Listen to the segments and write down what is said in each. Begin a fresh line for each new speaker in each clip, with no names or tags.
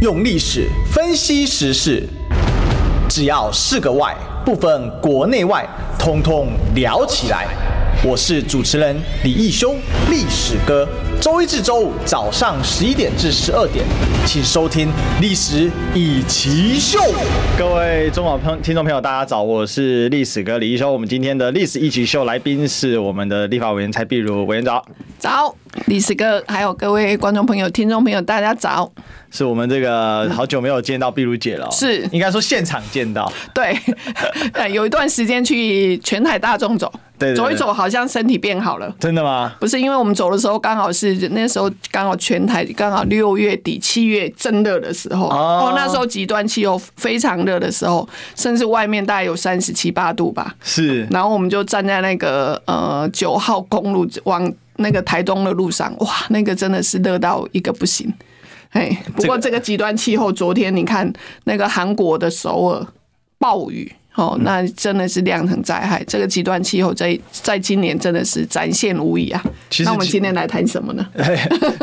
用历史分析时事，只要是个“外”，不分国内外，通通聊起来。我是主持人李义修，历史哥。周一至周五早上十一点至十二点，请收听《历史以奇秀》。
各位中网朋听众朋友，大家早，我是历史哥李一修。我们今天的历史一起秀来宾是我们的立法委员蔡碧如委员长，
早，李师哥，还有各位观众朋友、听众朋友，大家早。
是我们这个好久没有见到碧如姐了哦，
是
应该说现场见到，
对， 呃有一段时间去全台大众走，
对对对
走一走，好像身体变好了。
真的吗？
不是因为我们走的时候刚好是那时候刚好全台刚好六月底七月真热的时候
哦
哦那时候极端气候非常热的时候，甚至外面大概有三十七八度吧。
是
然后我们就站在那个呃九号公路往那个台东的路上，哇，那个真的是热到一个不行。哎，不过这个极端气候，昨天你看那个韩国的首尔暴雨。哦，那真的是酿成灾害。这个极端气候在在今年真的是展现无遗啊。
其实
那我们
其
今天来谈什么呢？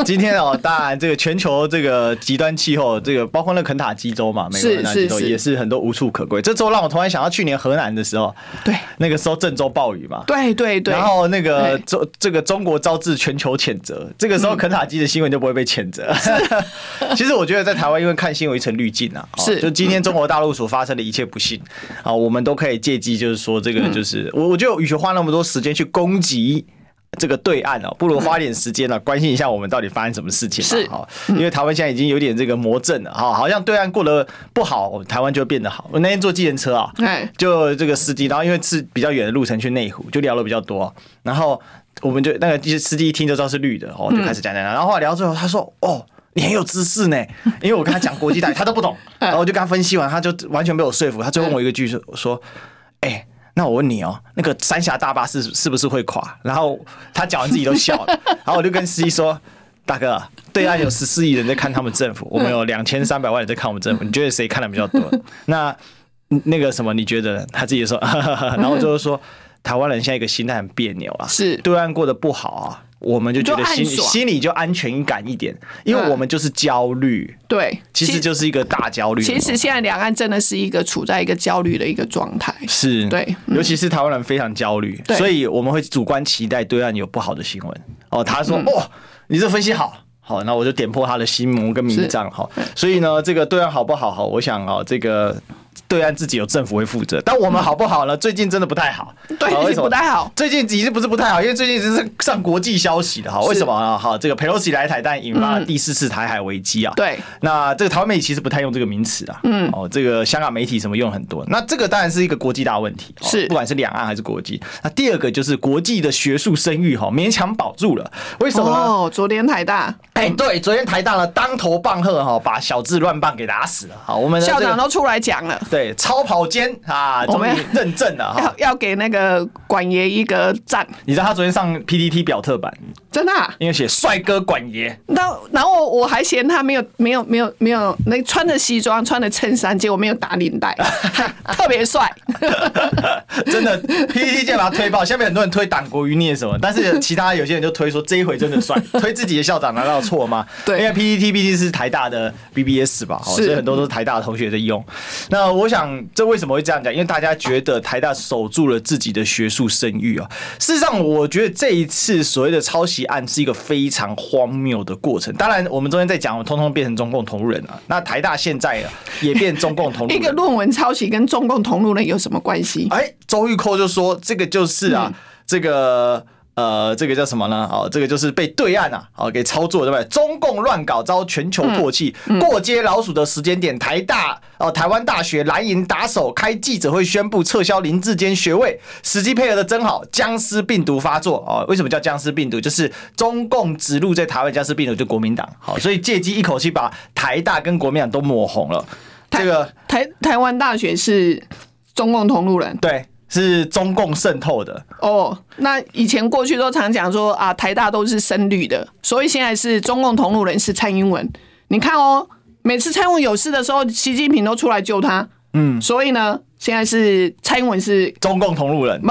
今天哦，当然这个全球这个极端气候，这个包括那肯塔基州嘛，美国
是
肯塔基州
是是
也是很多无处可归。这周让我突然想到去年河南的时候，
对
那个时候郑州暴雨嘛。
对对对。哎
然后那个
对
中这个中国招致全球谴责，这个时候
嗯
肯塔基的新闻就不会被谴 责。其实我觉得在台湾，因为看新闻有一层滤镜啊，哦
是
就今天中国大陆所发生的一切不幸啊，我们都可以借机就是说这
嗯
个就是我我觉得与其花那么多时间去攻击。这个对岸哦，不如花点时间呢、关心一下我们到底发生什么事情
嗯是嗯
嘛？哦，因为台湾现在已经有点这个魔怔了哈、哦，好像对岸过得不好，台湾就会变得好。我那天坐计程车啊，
哎，
就这个司机，然后因为是比较远的路程去内湖，就聊了比较多，然后我们就那个就是司机一听就知道是绿的，哦，就开始讲讲讲，然后后来聊到最后，他说哦。你很有知识呢，因为我跟他讲国际大语，他都不懂，然后我就跟他分析完，他就完全被我说服。他最后问我一个句说说，哎、那我问你哦，那个三峡大坝是是不是会垮？然后他讲完自己都笑了，然后我就跟司机说，大哥，啊对岸有十四亿人在看他们政府，我们有两千三百万人在看我们政府，你觉得谁看的比较多？那那个什么，你觉得呢他自己说， 然后就是说，台湾人现在一个心态很别扭啊，
是
对岸过得不好啊，我们就觉得心
就暗爽
心里就安全感一点，因为
嗯
我们就是焦虑，
对，
其实就是一个大焦虑的
其
东西。
实现在两岸真的是一个处在一个焦虑的一个状态。
是
对嗯
尤其是台湾人非常焦虑，
对
所以我们会主观期待对岸有不好的新闻。哦，他
嗯
说：“哦，你这分析好。”好，那我就点破他的心魔跟迷
嗯
障哈。所以呢，这个对岸好不好？哈，我想哦，这个对岸自己有政府会负责，但我们好不好呢？最近真的不太好，
嗯对
好为什么
不太好
最近已经不是不太好，因为最近已经是上国际消息的哈。为什么啊？哈，这个佩洛西来台，但引发了
嗯
第四次台海危机啊。
对，
那这个台湾媒体其实不太用这个名词啊，嗯，哦，这个香港媒体什么用很多，那这个当然是一个国际大问题，哦
是
不管是两岸还是国际。那第二个就是国际的学术声誉哈，勉强保住了，为什么呢？
哦，昨天台大
哎、对，昨天台大呢当头棒喝哈，把小智乱棒给打死了，好，我们的、这
校
个、
长都出来讲了。
对超跑间啊，
我
终
们
于认证了哈
要。要给那个管爷一个赞，
你知道他昨天上 PPT 表特版，
真的、啊。
因为写帅哥管爷，
那然后我还嫌他没有没有没有没有那穿着西装穿着衬衫，结果没有打领带， 特 别帅。
真的 PPT 界把他推爆，下面很多人推党国余孽什么，但是其他有些人就推说这一回真的帅，推自己的校长难道错吗？
对
因为 PPT 毕竟是台大的 BBS 吧，哦
是
所以很多都是台大的同学在用。那我想这为什么会这样讲？因为大家觉得台大守住了自己的学术声誉啊。事实上，我觉得这一次所谓的抄袭案是一个非常荒谬的过程。当然，我们中间在讲，我通通变成中共同路人了、那台大现在啊也变中共同路
一
人
个。论文抄袭跟中共同路人有什么关系？
哎，周玉蔻就说这个就是啊，这个。呃，这个叫什么呢？哦，这个就是被对岸啊，哦给操作，对不对？中共乱搞，遭全球唾弃。过街老鼠的时间点，台大哦、台湾大学蓝营打手开记者会宣布撤销林志坚学位，时机配合的真好。僵尸病毒发作哦，为什么叫僵尸病毒？就是中共植入在台湾僵尸病毒，就国民党。好、所以借机一口气把台大跟国民党都抹红了。这个
台台湾大学是中共同路人
对，是中共渗透的。
哦。那以前过去都常讲说啊，台大都是深绿的，所以现在是中共同路人是蔡英文。你看哦，每次蔡英文有事的时候，习近平都出来救他。嗯，所以呢，现在是蔡英文是
中共同路人
不，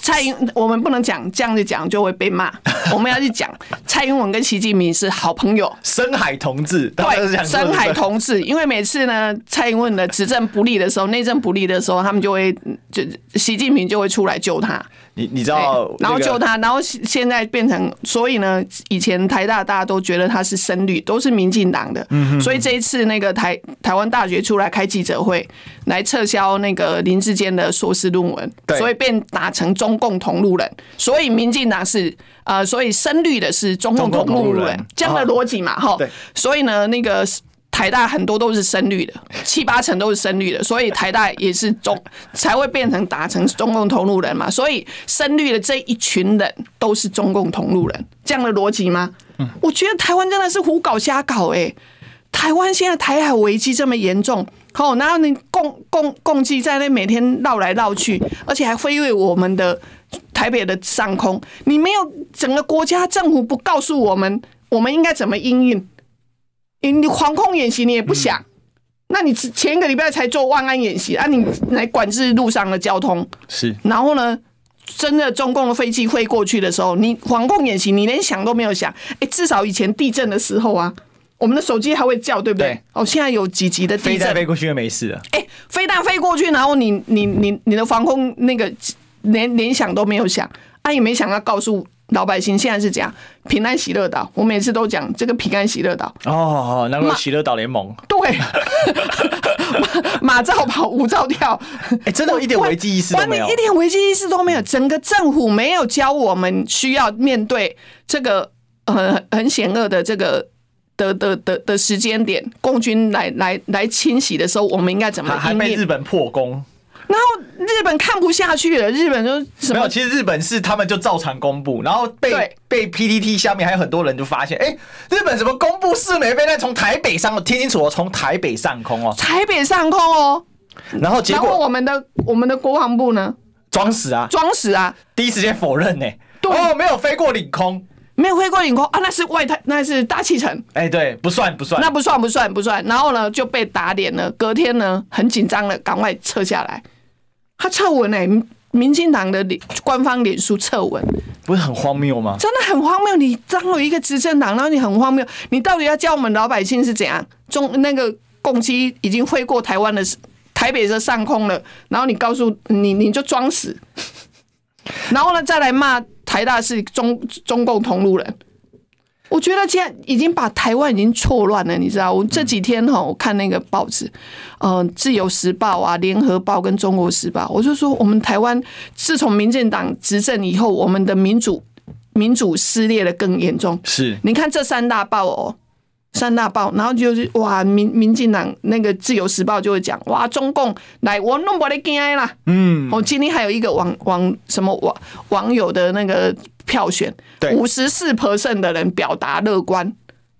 蔡英我们不能讲这样子讲就会被骂，我们要去讲蔡英文跟习近平是好朋友。
深海同志，大家都
对，
想说
深海同志，因为每次呢，蔡英文的执政不利的时候，内政不利的时候，他们就会就习近平就会出来救他，
你你知道
对，哎然后
这个
救他，然后现现在变成，所以呢，以前台大大家都觉得他是深绿，都是民进党的，
嗯
所以这一次那个台台湾大学出来开记者会，来撤销那个林志坚的硕士论文
对，
所以变打成中共同路人，所以民进党是呃，所以深绿的是中
中
共
共
同
同路
路人
人，啊
这样的逻辑嘛，哈、
对
所以呢，那个台大很多都是深绿的，七八成都是深绿的，所以台大也是中 才会变成打成中共同路人嘛。所以深绿的这一群人都是中共同路人，这样的逻辑吗？我觉得台湾真的是胡搞瞎搞哎、台湾现在台海危机这么严重，好、然后你共共共济在那每天绕来绕去，而且还飞越我们的台北的上空，你没有整个国家政府不告诉我们，我们应该怎么应应？你你防空演习你也不想，那你之前一个礼拜才做万安演习啊，你来管制路上的交通，
是
然后呢，真的中共的飞机飞过去的时候，你防空演习，你连想都没有想。哎、至少以前地震的时候啊，我们的手机还会叫，对不对？
对
哦，现在有几级的地
飞
震
在？飞过去就没事了，
哎、飞弹飞过去，然后你你你你的防空那个连连想都没有想，啊，也没想要告诉老百姓现在是这样平安喜乐岛。我每次都讲这个平安喜乐岛，
哦哦，难怪喜乐岛联盟，
对， 马马照跑，舞照跳，
哎，真的一点危机意识都没有嗯
完全一点危机意识都没有。整个政府没有教我们需要面对这个很很险恶的这个的的的的时间点，共军来来来侵袭的时候，我们应该怎么
还还
应
被
对
日？本破功。
然后日本看不下去了，日本就什
没
么
有，其实日本是他们就照常公布，然后被
对
被 PTT 下面还有很多人就发现，哎、日本怎么公布四枚飞弹从台北上空，听清楚哦，从台北上空哦，
台北上空哦，
然后结
然后
果
我们的我们的国防部呢，
装死啊，
装死啊，
第一时间否认呢、
对
哦，没有飞过领空，
没有飞过领空啊，那是外太，那是大气层。
哎、对，不算不算，
那不算不算不算。然后呢就被打脸了，隔天呢很紧张了，赶快撤下来。他撤文哎、民民进党的脸官方脸书撤文，
不是很荒谬吗？
真的很荒谬。你当了一个执政党，然后你很荒谬，你到底要教我们老百姓是怎样？中那个共机已经飞过台湾的台北的上空了，然后你告诉你你就装死， 然后呢再来骂台大是中中共同路人。我觉得现在已经把台湾已经错乱了，你知道？我这几天哈，我看那个报纸，呃，《自由时报》啊，《联合报》跟《中国时报》，我就说我们台湾自从民进党执政以后，我们的民主民主撕裂的更严重。
是
你看这三大报哦，三大报，然后就是哇，民民进党那个《自由时报》就会讲哇，中共来我弄我的惊啦。嗯，我、哦、今天还有一个网网什么网网友的那个票选
对，
五十四 percent 的人表达乐观。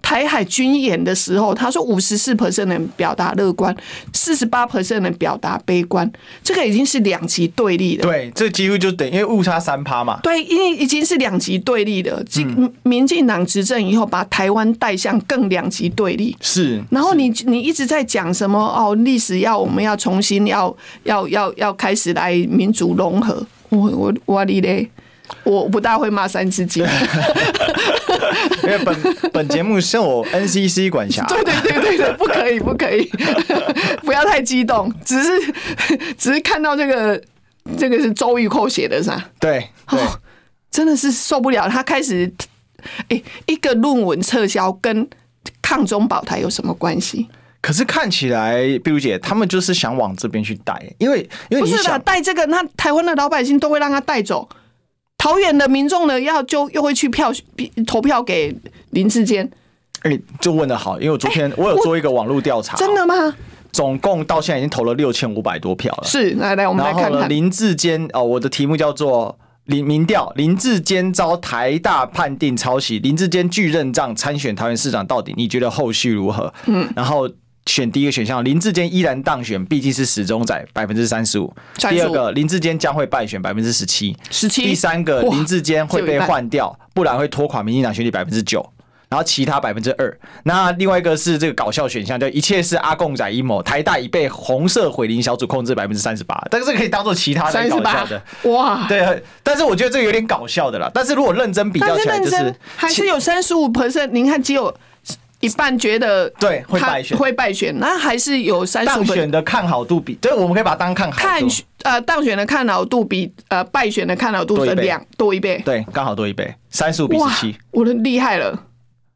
台海军演的时候，他说五十四 percent 人表达乐观，四十八 percent 人表达悲观，这个已经是两极对立了。
对，这几乎就等于因为误差三趴嘛，
对，因为已经是两极对立的。这民进党执政以后，把台湾带向更两极对立。
是
然后你你一直在讲什么哦，历史要我们要重新要要要要开始来民主融合。我我我你嘞，我不大会骂三字经。
因为本 本节目是我 NCC 管辖，
对对对对对，不可以不可以， 不要太激动，只是只是看到这个这个是周玉蔻写的是吧？
对对，
哦，真的是受不了。他开始，哎、一个论文撤销跟抗中保台有什么关系？
可是看起来，碧如姐他们就是想往这边去带，因为因为
不
你
是的，
想，
带这个，那台湾的老百姓都会让他带走。桃园的民众呢，要就又会去票投票给林志坚，
哎、就问的好，因为我昨天、我有做一个网络调查，
哎真的吗？
总共到现在已经投了六千五百多票了。
是，来来，我们来
然后
看
呢，
看。
林志坚哦，我的题目叫做林民调，林志坚遭台大判定抄袭，林志坚拒认账参选桃园市长，到底你觉得后续如何？嗯，然后。选第一个选项，林志坚依然当选，毕竟是始终仔百分之三十五。
35
第二个，林志坚将会败选百分之十七。
17
第三个，
哇
林志坚会
只有
被
一半
换掉，不然会拖垮民进党选举百分之九。然后其他百分之二。那另外一个是这个搞笑选项，叫一切是阿贡仔阴谋，台大已被红色毁林小组控制百分之三十八，但是这个可以当做其他
三
的
十
搞
八
笑的。，
哇，
对，但是我觉得这个有点搞笑的啦。但是如果认真比较
但是
起来，
认
就
真
是
还是有三十五 percent，您看只有一半觉得
对会
他
败选
会败选，那还是有三十五
当选的看好度比，对，我们可以把它当看好度，
看选呃当选的看好度比呃败选的看好度
多一
是
倍
两多一倍，
对，刚好多一倍，三十五比
哇
十七。，
我的厉害了，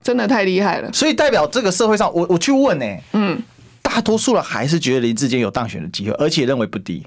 真的太厉害了。
所以代表这个社会上，我我去问呢、嗯，大多数人还是觉得林志坚有当选的机会，而且认为不低。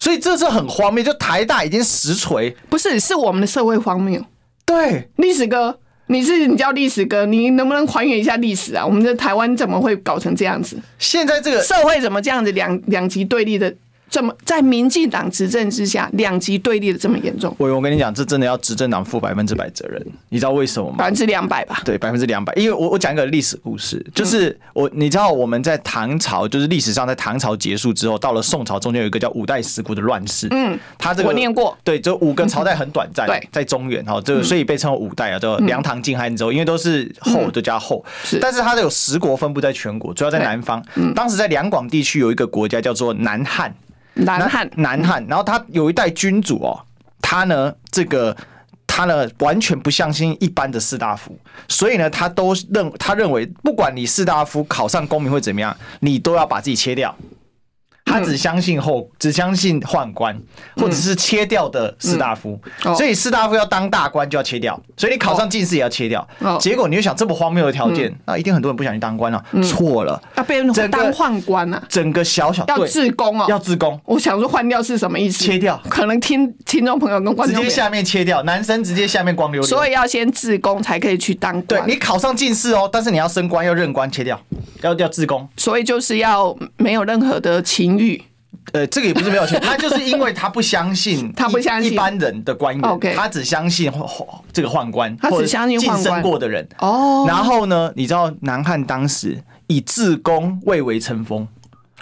所以这是很荒谬，就台大已经实锤，
不是，是我们的社会荒谬。
对，
历史哥，你是你叫历史哥，你能不能还原一下历史啊？我们的台湾怎么会搞成这样子？
现在这个
社会怎么这样子两两极对立的？这么在民进党执政之下，两极对立的这么严重，
我我跟你讲，这真的要执政党负百分之百责任，你知道为什么吗？
百分之两百吧？嗯
对，百分之两百。因为我我讲一个历史故事，就是我你知道我们在唐朝，就是历史上在唐朝结束之后，到了宋朝中间有一个叫五代十国的乱世。嗯，他这个
我念过
对，这五个朝代很短暂，
对嗯
在中原哈，哦这个所以被称为五代啊，叫梁唐晋汉周，因为都是后都叫后
嗯是，
但是它有十国分布在全国，主要在
对嗯
南方。当时在两广地区有一个国家叫做南汉，
南汉
南汉，然后他有一代君主哦，他呢这个。他呢，完全不相信一般的士大夫，所以呢，他都认他认为，不管你士大夫考上功名会怎么样，你都要把自己切掉。他只相信后，只相信宦官，或者是切掉的士大夫。
哦
所以士大夫要当大官就要切掉，所以你考上进士也要切掉。
哦嗯
结果你就想，这么荒谬的条件，那一定很多人不想去当官了、错了，
啊，被人
整个
当宦官啊，
整个小小
要
对
自宫
要
哦。
自宫，
我想说换掉是什么意思？
切掉
可能听听众朋友跟观
直
众
接
朋友，
下面切掉，男生直接下面光溜溜。
所以要先自宫才可以去当
对
官。
你考上进士哦，但是你要升官要任官切掉，要要自宫。
所以就是要没有任何的情欲。
呃，这个也不是没有钱， 他就是因为他不相信，
他不相信哦
一般人的官员
OK
他只相信宦宦这个宦官，
他只相信宦官
晋升过的人。
哦
然后呢，你知道南汉当时以自宫蔚为成风。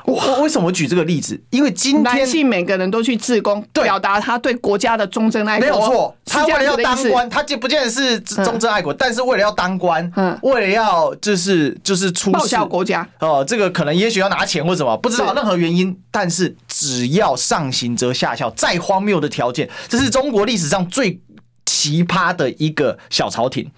我为什么我举这个例子？因为今
男
天
性每个人都去自宫，
对
表达他对国家的忠哎贞爱国。
没有错，他
是
为
这
了
样
要
子的意
当
思
官，他就不见得是忠贞爱国，但是为了要当官，
嗯
为了要就是就是出
报
仕
效国家。
哦，这个可能也许要拿钱或什么，不知道
是
任何原因，但是只要上行则下效，再荒谬的条件，这是中国历史上最奇葩的一个小朝廷。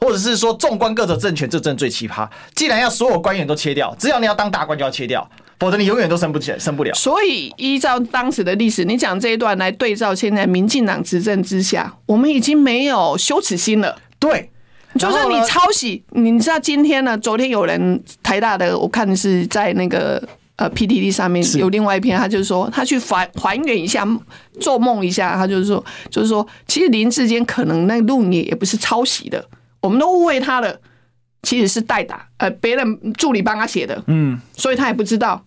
或者是说，纵观各种政权，这真的最奇葩。既然要所有官员都切掉，只要你要当大官就要切掉，否则你永远都升不起来，升不了。
所以，依照当时的历史，你讲这一段来对照现在民进党执政之下，我们已经没有羞耻心了。
对，
就
然
是
后
你
呢
抄袭，你知道今天呢？昨天有人台大的，我看是在那个呃 PTT 上面有另外一篇，他就说他去还还原一下，做梦一下，他就是说，就是说，其实林志坚可能那论也也不是抄袭的，我们都误会他了，其实是代打，呃，别人助理帮他写的，
嗯，
所以他也不知道，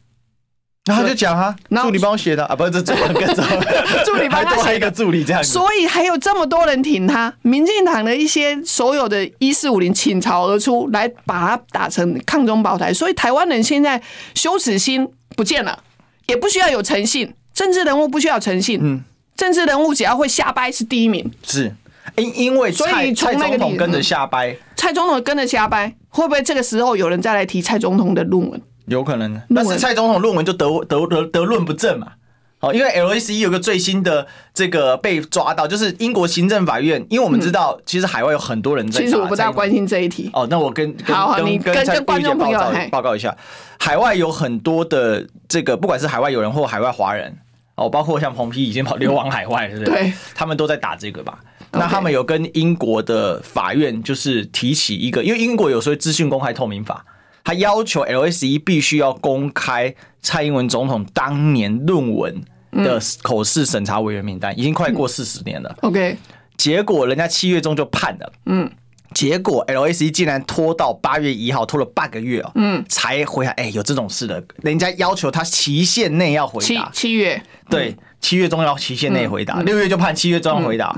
然后他就讲啊，
然后
助理帮我写的啊，不是这主管跟着
助理帮他
还多
写
还一个助理这样子，
所以还有这么多人挺他，民进党的一些所有的一四五零倾巢而出，来把他打成抗中保台。所以台湾人现在羞耻心不见了，也不需要有诚信，政治人物不需要诚信，嗯，政治人物只要会瞎掰是第一名。
是因因为
所以
蔡
从
蔡
那个
总统
理
跟着
嗯
下掰，
蔡总统跟着瞎掰，会不会这个时候有人再来提蔡总统的论文？
有可能，
论
但
文
是蔡总统论文就得得得得论不正嘛。哦，因为 L S E 有个最新的这个被抓到，就是英国行政法院，因为我们知道，其实海外有很多人在打。
嗯其实我不大关
心。
心这一题。
哦，那我跟跟
好好你
跟
跟
蔡
跟观众
玉姐
朋友
报告
嘿
报告一下，海外有很多的这个，不管是海外友人或海外华人，哦，包括像蓬皮已经跑流亡海外了，对不
对
他们都在打这个吧。
OK
那他们有跟英国的法院就是提起一个，因为英国有时候资讯公开透明法，他要求 LSE 必须要公开蔡英文总统当年论文
嗯
的口试审查委员名单，已经快过四十年了。
OK，
结果人家七月中就判了，嗯。结果 LSE 竟然拖到八月一号，拖了半个月哦，嗯，才回来。哎、有这种事的，人家要求他期限内要回
七
答，
七月嗯
对，七月中要期限内回
嗯
答，六、月就判七月中要回答。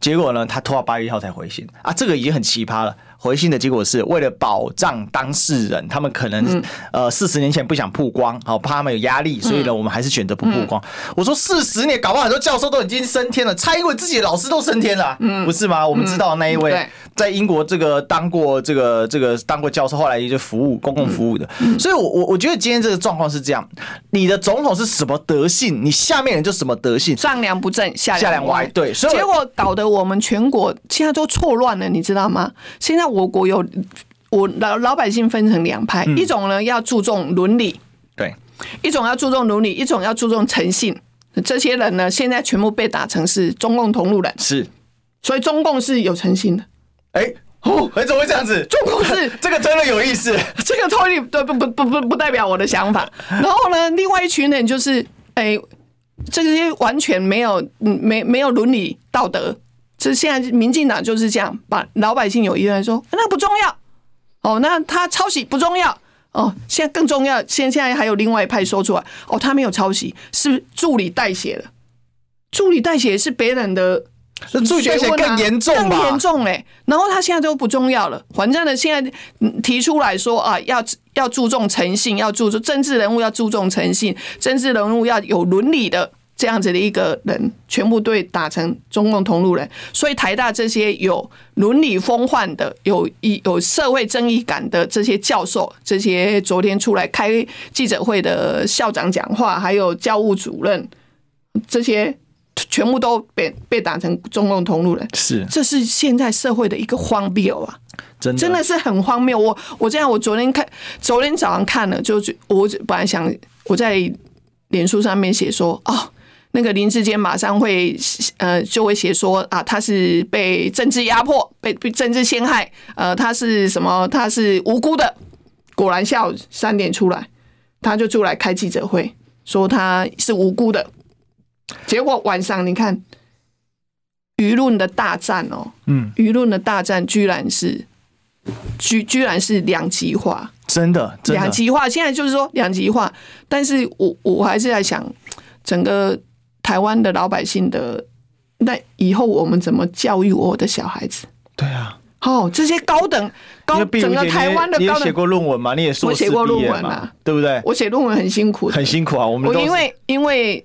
结果呢，他拖到八月一号才回信啊，这个已经很奇葩了。回信的结果是为了保障当事人，他们可能、
嗯
呃四十年前不想曝光，好、怕他们有压力，所以
嗯
呢，我们还是选择不曝光。我说四十年，搞不好很多教授都已经升天了，蔡英文自己的老师都升天了啊、不是吗？我们知道那一位、
嗯对
在英国这个当过这个这个当过教授，后来也就服务公共服务的，
嗯
所以我我我觉得今天这个状况是这样，你的总统是什么德性，你下面人就什么德性，
上梁不正下
下
梁
梁歪对所以
结果搞得我们全国现在都错乱了，你知道吗？现在我国有我老老百姓分成两
嗯
派，一种呢要注重伦理，
对，
一种要注重伦理，一种要注重诚信。这些人呢，现在全部被打成是中共同路人，
是，
所以中共是有诚信的，
哎、哦，哎怎么会这样子？
中共是
这个真的有意思，
这个 totally 对不不不不不代表我的想法。然后呢，另外一群人就是哎、这些完全没有嗯没没有伦理道德，这现在民进党就是这样，把老百姓有一个人说那不重要，哦，那他抄袭不重要。哦，现在更重要，现现在还有另外一派说出来，哦，他没有抄袭，是助理代写的，助理代写是别人的
这助理代写
学问啊
更严重
更
吧
严？重嘞、然后他现在都不重要了，反正呢，现在嗯提出来说啊，要要注重诚信，要注重政治人物要注重诚信，政治人物要有伦理的这样子的一个人，全部对打成中共同路人。所以台大这些有伦理风范的、有一有社会正义感的这些教授，这些昨天出来开记者会的校长讲话，还有教务主任这些。全部都被被打成中共同路人，
是
这是现在社会的一个荒谬啊！
真的，
真的是很荒谬。我我这样，我昨天看，昨天早上看了，就觉我本来想我在脸书上面写说，哦，那个林志坚马上会呃就会写说啊，他是被政治压迫，被被政治陷害，呃，他是什么？他是无辜的。果然下午三点出来，他就出来开记者会，说他是无辜的。结果晚上你看，舆论的大战哦，
嗯，
舆论的大战居然是，居居然是两极化，
真的，真
两
的，
极化。现在就是说两极化，但是我我还是在想，整个台湾的老百姓的，那以后我们怎么教育我的小孩子？
对啊。
哦，这些高等
因
高
为毕
整个
如姐
台
你也
湾的
你也
高
写
等，
过论文嘛？你也硕
我
士
写过
毕业
论文
嘛
啊？
对不对？
我写论文很辛苦的，
很辛苦啊，我们
我
都
因为因为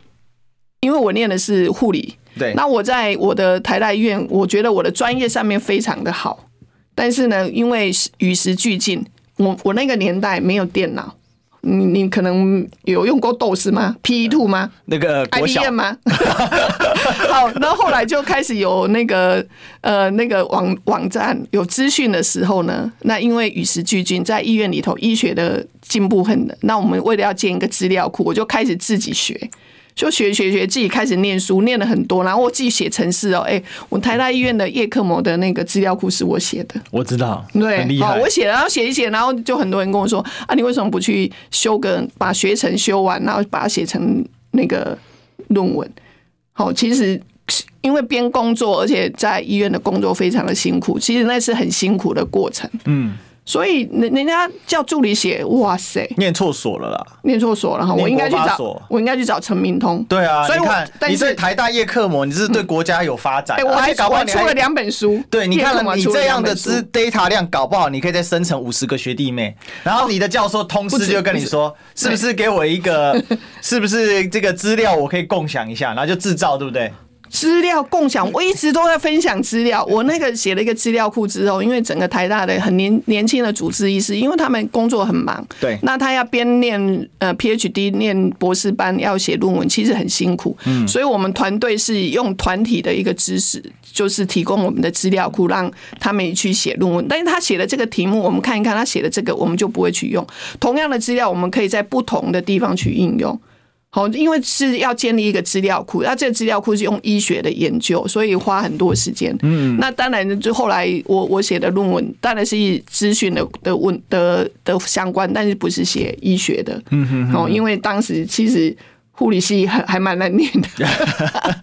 因为我念的是护理，
对
那我在我的台大医院，我觉得我的专业上面非常的好，但是呢，因为时与时俱进，我我那个年代没有电脑，你你可能有用过 DOS 吗？P E two 吗？
那个国小
IBM 吗？ 好，然后后来就开始有那个呃那个网网站有资讯的时候呢，那因为与时俱进，在医院里头医学的进步很，那我们为了要建一个资料库，我就开始自己学。就学学学，自己开始念书，念了很多，然后我自己写程式哦。哎、我台大医院的叶克膜的那个资料库是我写的，
我知道，很
对，
厉
好，
害
我。写了，然后写一写，然后就很多人跟我说啊，你为什么不去修个把学程修完，然后把它写成那个论文？好，其实因为边工作，而且在医院的工作非常的辛苦，其实那是很辛苦的过程。
嗯，
所以人人家叫助理写，哇塞，
念错所了啦。
念错所了哈，
念
我应该去
国发
找
所，
我应该去找陈明通。
对啊，
所以
你
我
看，
但
你
是
对台大叶克膜，你是对国家有发展
哎、
啊，
我
而
还
且搞不好
我还
你
出
还
了两本书，
对你
叶克
看了
膜
你
出
这样
两
的
本书
资 data 量，搞不好你可以再生成五十个学弟妹，然后你的教授通
不
知
止
就跟你说，是不是给我一个， 是不是这个资料我可以共享一下，然后就制造，对不对？
资料共享，我一直都在分享资料。我那个写了一个资料库之后，因为整个台大的很年年轻的主治医师，因为他们工作很忙，
对
那他要边念呃 PhD 念博士班，要写论文，其实很辛苦。嗯，所以我们团队是用团体的一个知识，就是提供我们的资料库，让他们去写论文。但是他写的这个题目，我们看一看他写的这个，我们就不会去用。同样的资料，我们可以在不同的地方去应用。好，因为是要建立一个资料库，那这个资料库是用医学的研究，所以花很多时间。嗯，那当然，就后来我我写的论文当然是以资讯的的问的的相关，但是不是写医学的。嗯哼哦，因为当时其实护理系还还蛮难念的，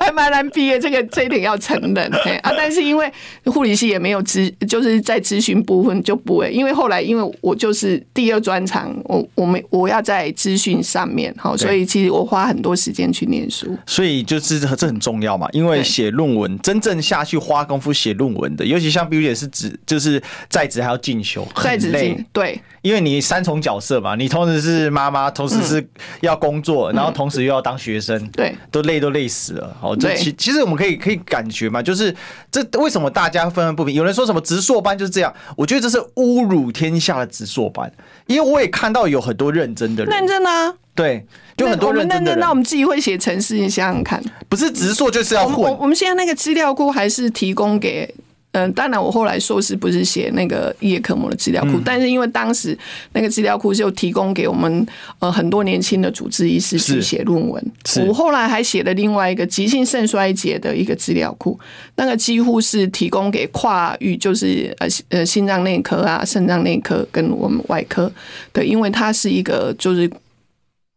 还蛮难毕业，这个这一点要承认。嘿啊，但是因为护理系也没有咨，就是在咨询部分就不会，因为后来因为我就是第二专长，我我们我要在资讯上面，好，所以其实我花很多时间去念书。
所以就是这这很重要嘛，因为
对
写论文真正下去花功夫写论文的，尤其像 b i 姐是指就是在职还要进修，很
在职
累
进对
因为你三重角色嘛，你同时是妈妈，同时是要工作，然后同时又要当学生，
嗯对，
都累都累死了。哦，这
对
其其实我们可以可以感觉嘛，就是这为什么大家愤愤不平？有人说什么直硕班就是这样，我觉得这是侮辱天下的直硕班，因为我也看到有很多认真的
认
人，
真啊，
对，就很
那
多
我们
认真
认
的
真
人
到我，们自己会写程式，你想想看。
不是直硕就是要
我们我
混。
我们现在那个资料库还是提供给。嗯，当然，我后来硕士不是写那个叶科目的资料
嗯
库，但是因为当时那个资料库就提供给我们呃很多年轻的主治医师去
是
写论文
是。
我后来还写了另外一个急性肾衰竭的一个资料库，那个几乎是提供给跨域，就是呃心呃心脏内科啊、肾脏内科跟我们外科对，因为它是一个就是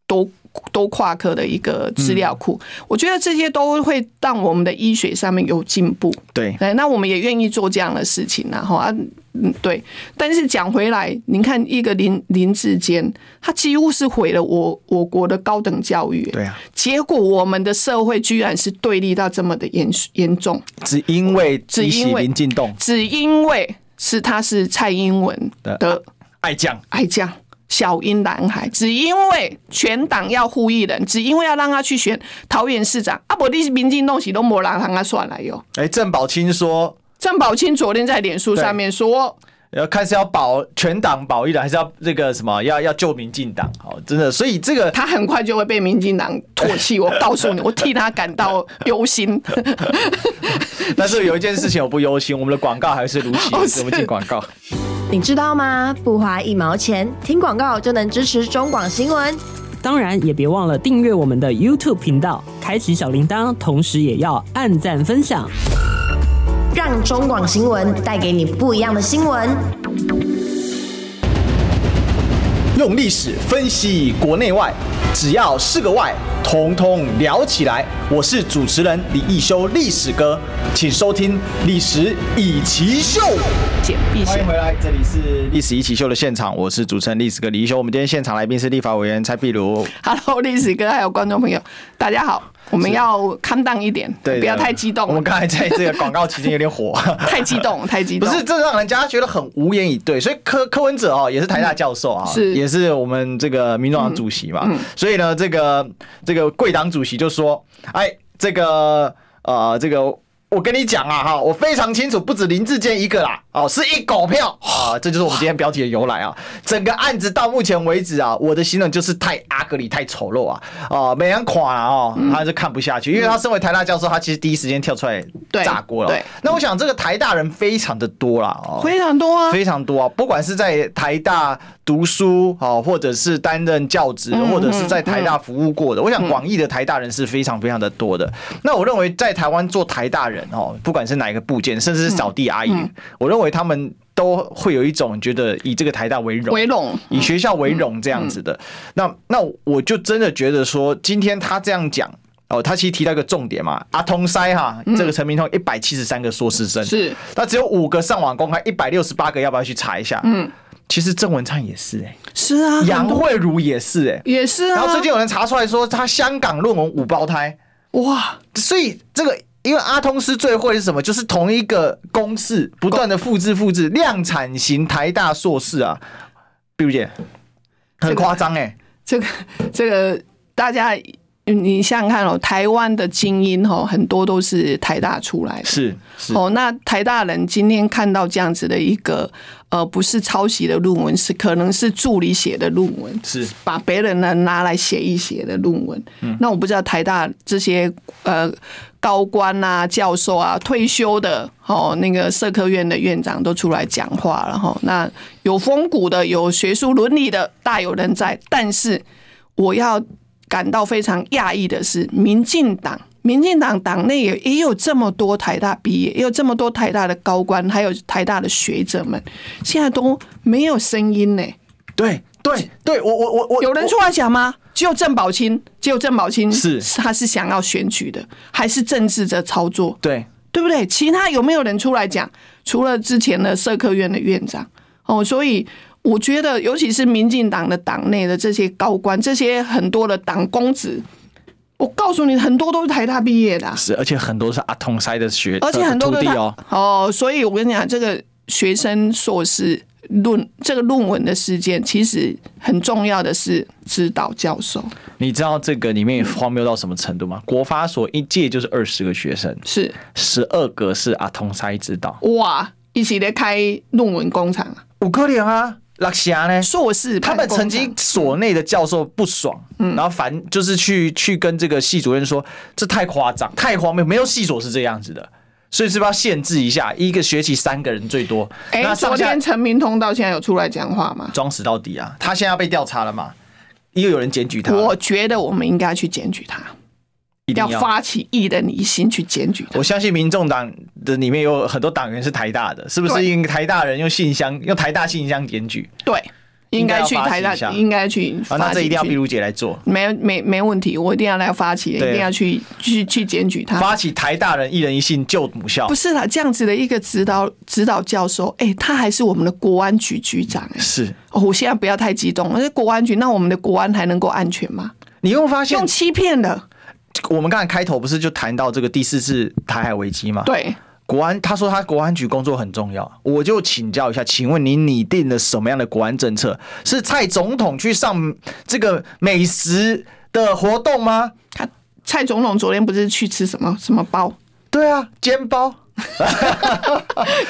都都跨科的一个资料库，
嗯
我觉得这些都会让我们的医学上面有进步。
对，
对，哎那我们也愿意做这样的事情然后啊，嗯，对。但是讲回来，您看一个林林志坚，他几乎是毁了我我国的高等教育。
对啊，
结果我们的社会居然是对立到这么的严严重，
只因为
只
一起
因为
林进栋
只因为是他是蔡英文的
爱将，
爱将小英男孩，只因为全党要呼吁人，只因为要让他去选桃园市长，啊，不，你是民进弄起都没人让他算了哟。
哎，郑宝清说
郑宝清昨天在脸书上面说，
要看呃是要保全党保一党，还是要这个什么要要救民进党？好，真的，所以这个
他很快就会被民进党唾弃。我告诉你，我替他感到忧心。
但是有一件事情我不忧心，我们的广告还是如期
哦是
我们进广告。
你知道吗？不花一毛钱，听广告就能支持中广新闻。
当然也别忘了订阅我们的 YouTube 频道，开启小铃铛，同时也要按赞分享。
让中广新闻带给你不一样的新闻。
用历史分析国内外，只要是个“外”，统统聊起来。我是主持人李一修，历史哥，请收听《历史以奇秀》。
简必
欢
先
迎。回来，这里是历史一起秀的现场，我是主持人历史哥李一修。我们今天现场来宾是立法委员蔡壁如，
Hello，历史哥还有观众朋友，大家好，我们要 calm down 一点，
对，
不要太激动
我
了
们，刚才在这个广告期间有点火。
太激动， 太激
不
动。
是，这让人家觉得很无言以对。所以柯柯文哲哦，也是台大教授啊，
是嗯
也是我们这个民众党主席嘛。所以呢，这个这个贵党主席就说：“哎，这个呃，这个。”我跟你讲啊，哈，我非常清楚，不止林志坚一个啦，哦，是一狗票啊，这就是我们今天标题的由来啊。整个案子到目前为止啊，我的形容就是太阿格里、太丑陋啊，啊，没人垮了哦，
嗯
他就看不下去，因为他身为台大教授，他其实第一时间跳出来
对
炸锅了。
对
那我想这个台大人非常的多啦，哦，
非常多啊，
非常多啊，不管是在台大读书哦，或者是担任教职的，或者是在台大服务过的，我想广义的台大人是非常非常的多的。那我认为在台湾做台大人哦，不管是哪一个部件，甚至是扫地阿姨，我认为他们都会有一种觉得以这个台大为荣。
围拢。
以学校为荣这样子
嗯
的。那那我就真的觉得说，今天他这样讲。哦，他其实提到一个重点嘛，阿通塞哈，这个陈明通一百七十三个硕士生，
嗯是，
那只有五个上网公开，一百六十八个要不要去查一下？嗯，其实郑文灿也是哎、
是啊，
杨
很多
慧茹也是哎、
也是啊。
然后最近有人查出来说他香港论文五胞胎，
哇，
所以这个，因为阿通斯最会是什么？就是同一个公式不断的复制复制，量产型台大硕士啊，碧如姐，很夸张哎，
这个这个大家。你想想看哦，台湾的精英哦，很多都是台大出来的。
是是
哦，那台大人今天看到这样子的一个，呃，不是抄袭的论文，是可能是助理写的论文，
是
把别人呢拿来写一写的论文。那我不知道台大这些呃高官啊、教授啊、退休的哦，那个社科院的院长都出来讲话了哈、哦。那有风骨的、有学术伦理的，大有人在。但是我要感到非常讶异的是，民进党。民进党党内也也有这么多台大毕业，也有这么多台大的高官，还有台大的学者们，现在都没有声音呢。
对对对，我我我我
有人出来讲吗？只有郑宝清，只有郑宝清
是
他是想要选举的，还是政治的操作，
对，
对不对？其他有没有人出来讲？除了之前的社科院的院长哦，所以我觉得，尤其是民进党的党内的这些高官，这些很多的党公子，我告诉你，很多都是台大毕业的啊、
是，而且很多是阿童塞的学，
而且很多
呃
都
徒
是
弟
他
哦，
哦，所以我跟你讲，这个学生硕士论这个论文的事件，其实很重要的是指导教授
你知道这个里面荒谬到什么程度吗？国发所一届就是二十个学生，
是
十二个是阿童塞指导，
哇，一起来开论文工厂啊，
五个零啊，拉霞呢？
硕士
他
办嗯
们
工
曾
厂
经所内的教授不爽，然后反就是去去跟这个系主任说，这太夸张，太荒谬，没有系所是这样子的，所以是不是要限制一下，一个学期三个人最多？
哎、
那
昨
上下
天陈明通到现在有出来讲话吗？
装死到底啊！他现在要被调查了嘛？又有人检举他，
我觉得我们应该去检举他，
啊一定要
发起一人一心去检举他
我。相信民众党的里面有很多党员是台大的，是不是？
对
因为台大人用信箱，用台大信箱检举
对，应
应该
该
要
去
发起
台大
一下，
应该去
啊，
发起去。
那这一定要碧如姐来做，
没没没问题，我一定要来发起，一
对啊
定要去去去检举他。
发起台大人一人一信救母校
不，是啦，这样子的一个指导指导教授，哎、他还是我们的国安局局长、哎
是
哦，我现在不要太激动了，那国安局，那我们的国安还能够安全吗？
你有没有发现
用，欺骗的，
我们刚才开头不是就谈到这个第四次台海危机吗？，
对，
国安他说他国安局工作很重要，我就请教一下，请问你拟定了什么样的国安政策？是蔡总统去上这个美食的活动吗？
他蔡总统昨天不是去吃什么什么包？
对啊，煎包。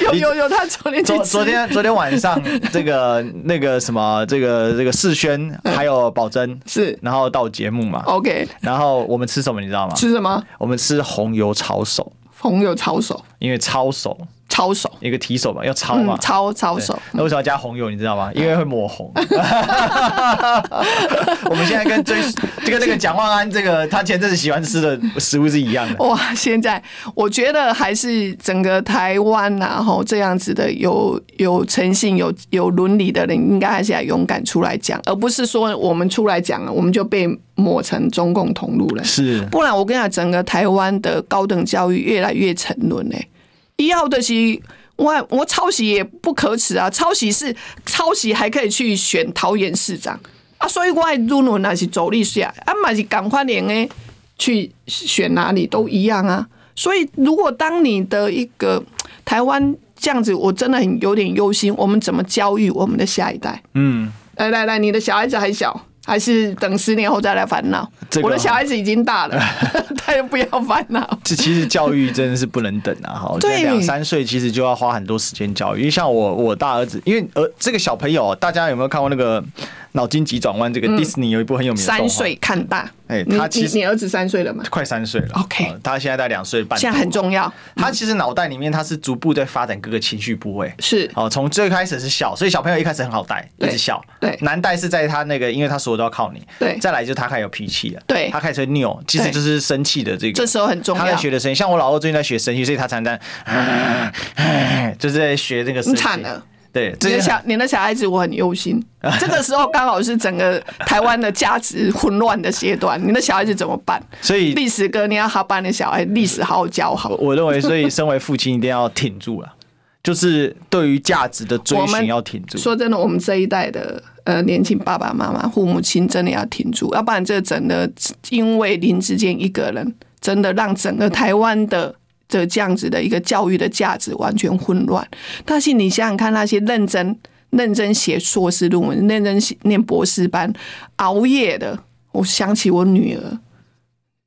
有有有，他昨天去
昨
吃，
昨天昨天晚上，这 个那个什么，这个这个世轩还有宝珍，
是
然后到节目嘛，
OK
然后我们吃什么你知道吗？
哦吃什么？
我们吃红油抄手，
红油抄手，
因为抄手
抄手，
一个提手嘛，要抄嘛
嗯，，抄抄
对
手。嗯
那为什么要加红油？你知道吗？因为会抹红。 我们现在跟追就跟那个蒋万安这个他前阵子喜欢吃的食物是一样的。
哇，现在我觉得还是整个台湾呐、啊，吼这样子的有有诚信、有有伦理的人，应该还是要勇敢出来讲，而不是说我们出来讲了，我们就被抹成中共同路人。
是
不然我跟你讲，整个台湾的高等教育越来越沉沦嘞、以后的是。我我抄袭也不可耻啊！抄袭是抄袭，还可以去选桃园市长啊！所以我的论文那是走历史啊，啊嘛是赶快连诶去选哪里都一样啊。所以如果当你的一个台湾这样子，我真的很有点忧心，我们怎么教育我们的下一代？
嗯，
来来来，你的小孩子还小，还是等十年后再来烦恼？
这个啊
我的小孩子已经大 了，他也不要烦恼。
这其实教育真的是不能等啊！哈，我觉得
对
两三岁其实就要花很多时间教育。因为像我我大儿子，因为呃这个小朋友，大家有没有看过那个《脑筋急转弯》？这个迪士尼有一部很有名的动画
嗯三岁看大，
哎
你
他其
你
实
你儿子三岁了嘛？
快三岁了
OK
呃他现在在两岁半，
现在很。重要，
他其实脑袋里面他是逐步在发展各个情绪部位，
是
哦，从最开始是笑，所以小朋友一开始很好带，一
对
直笑。
对
难带是在他那个，因为他所有都要靠你。
对
再来就是他开始有脾气了，
对
他开始会拗，其实
对
就是生气的这个。
这时候很重要
他在学的声音，像我老二最近在学生气，所以他常常， 就是在学这个声
你
音。
惨了。
对，这
你
些
的小你的小孩子，我很忧心。这个时候刚好是整个台湾的价值混乱的阶段，你的小孩子怎么办？
所以
历史哥，你要好把你的小孩历史好好教好
我。我认为，所以身为父亲一定要挺住了， 就是对于价值的追
我
寻
们
要挺住。
说真的，我们这一代的呃年轻爸爸妈妈、父母亲真的要挺住，要不然这整的因为林志坚一个人，真的让整个台湾的。的这样子的一个教育的价值完全混乱，但是你想想看，那些认真、认真写硕士论文、认真写念博士班、熬夜的，我想起我女儿，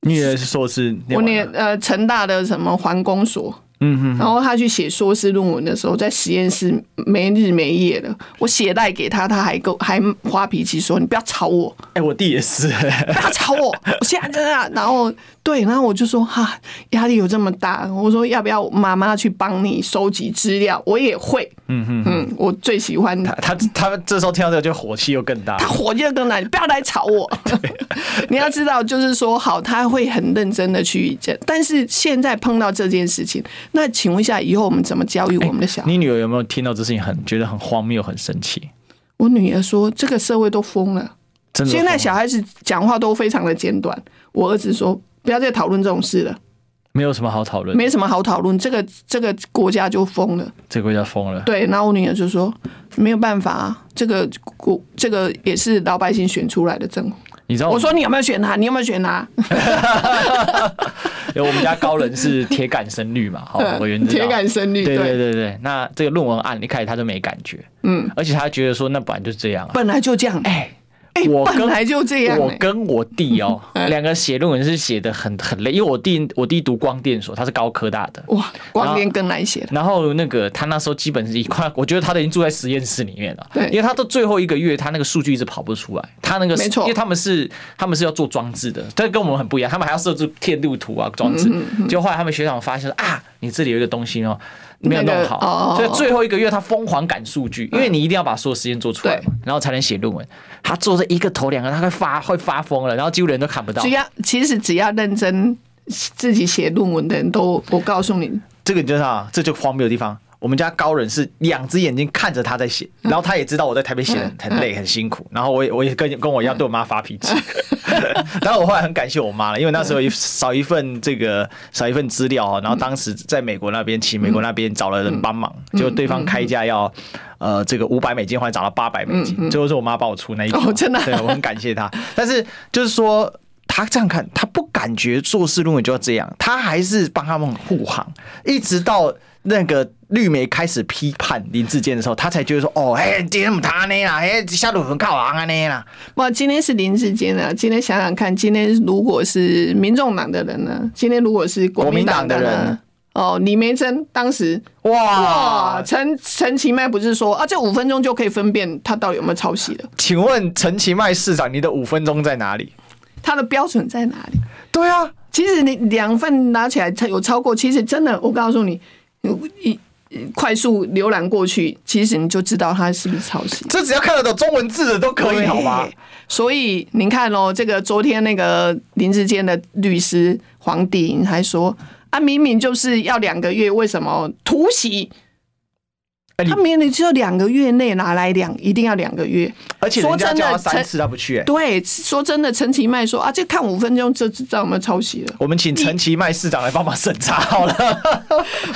女儿是硕士，
我念
完了
呃成大的什么环工所，
嗯
然后他去写硕士论文的时候，在实验室没日没夜的，我写赖给他，他还够还发脾气说你不要吵我，
哎、我弟也是、
不要吵我，我现在真的啊。然后对，然后我就说哈，压力有这么大，我说要不要妈妈去帮你收集资料？我也会，嗯嗯嗯，我最喜欢
他他他这时候听到这个就火气又更大
他。火就更难，你不要来吵我。你要知道，就是说，好，他会很认真的去这，但是现在碰到这件事情，那请问一下，以后我们怎么教育我们的小
哎
孩？
你女儿有没有听到这事情很觉得很荒谬、很生气？
我女儿说，这个社会都疯了，
真的有
现在
风
小孩子讲话都非常的简短。我儿子说：“不要再讨论这种事了，
没有什么好讨论，
没什么好讨论，这个这个国家就疯了。
这个国家疯了”。
对，然后我女儿就说：“没有办法啊，这个国这个也是老百姓选出来的政府。”
你知道
我说：“你有没有选他？你有没有选他
有我们家高人是铁杆深绿 嘛，好，
嗯
哦我原知道
铁杆深绿
对
对
对对对。那这个论文案一开始他就没感觉，嗯，而且他觉得说那本来就是这样？”啊。
本来就这样，哎、哎
我跟
本来就这样、
我
哎
跟我弟哦，
嗯
两个写论文是写的很很累，因为我弟我弟读光电所，他是高科大的，
哇，光
然
电
后
更难写了。
然后那个他那时候基本是一块，我觉得他都已经住在实验室里面了。
对
因为他到最后一个月，他那个数据一直跑不出来。他那个
没错
因为他们是他们是要做装置的，但跟我们很不一样，他们还要设置贴路图啊装
嗯
置。结果后来他们学长发现说啊，你这里有一个东西哦。没有
那个
弄好，
哦
所以最后一个月他疯狂赶数据，因为你一定要把所有实验做出来
对
嘛，然后才能写论文。他做这一个头两个，他会发会发疯了，然后几乎人都看不到
只。要其实只要认真自己写论文的人都，我告诉你，
这个你知道啊，这就荒谬的地方。我们家高人是两只眼睛看着他在写，然后他也知道我在台北写得很很累很辛苦，然后我也我也跟跟我一样对我妈发脾气， 然后我后来很感谢我妈了，因为那时候一少一份这个少一份资料哦，然后当时在美国那边请美国那边找了人帮忙，结果对方开价要呃这个五百美金，后来涨到八百美金，最后是我妈帮我出那一笔，
嗯哦真的啊
对我很感谢她，但是就是说。他这样看，他不感觉硕士论文就要这样，他还是帮他们护航，一直到那个绿媒开始批判林志坚的时候，他才觉得说，哦，嘿，今天不他呢啦，嘿，下路很靠行啊呢啦，
哇，今天是林志坚啊！今天想想看，今天如果是民众党的人呢？今天如果是国民
国民党
党
的
呢
人？啊
哦，李梅珍当时哇，
哇，
陈陈其迈不是说啊，这五分钟就可以分辨他到底有没有抄袭了？
请问陈其迈市长，你的五分钟在哪里？
他的标准在哪里？
对啊，
其实你两份拿起来，它有超过，其实真的，我告诉你，你一快速浏览过去，其实你就知道他是不是抄袭。
这只要看得懂中文字的都可以，
对
好吗？？
所以你看哦，这个昨天那个林志坚的律师黄帝颖还说啊，明明就是要两个月，为什么突袭？
哎你
他明明只有两个月内拿来两，一定要两个月。
而且人
说
家
真
叫他
的，
三
陈
次，他不去、欸。
对，说真的，陈其迈说啊，这看五分钟就知道有没有抄袭了。
我们请陈其迈市长来帮忙审查好了，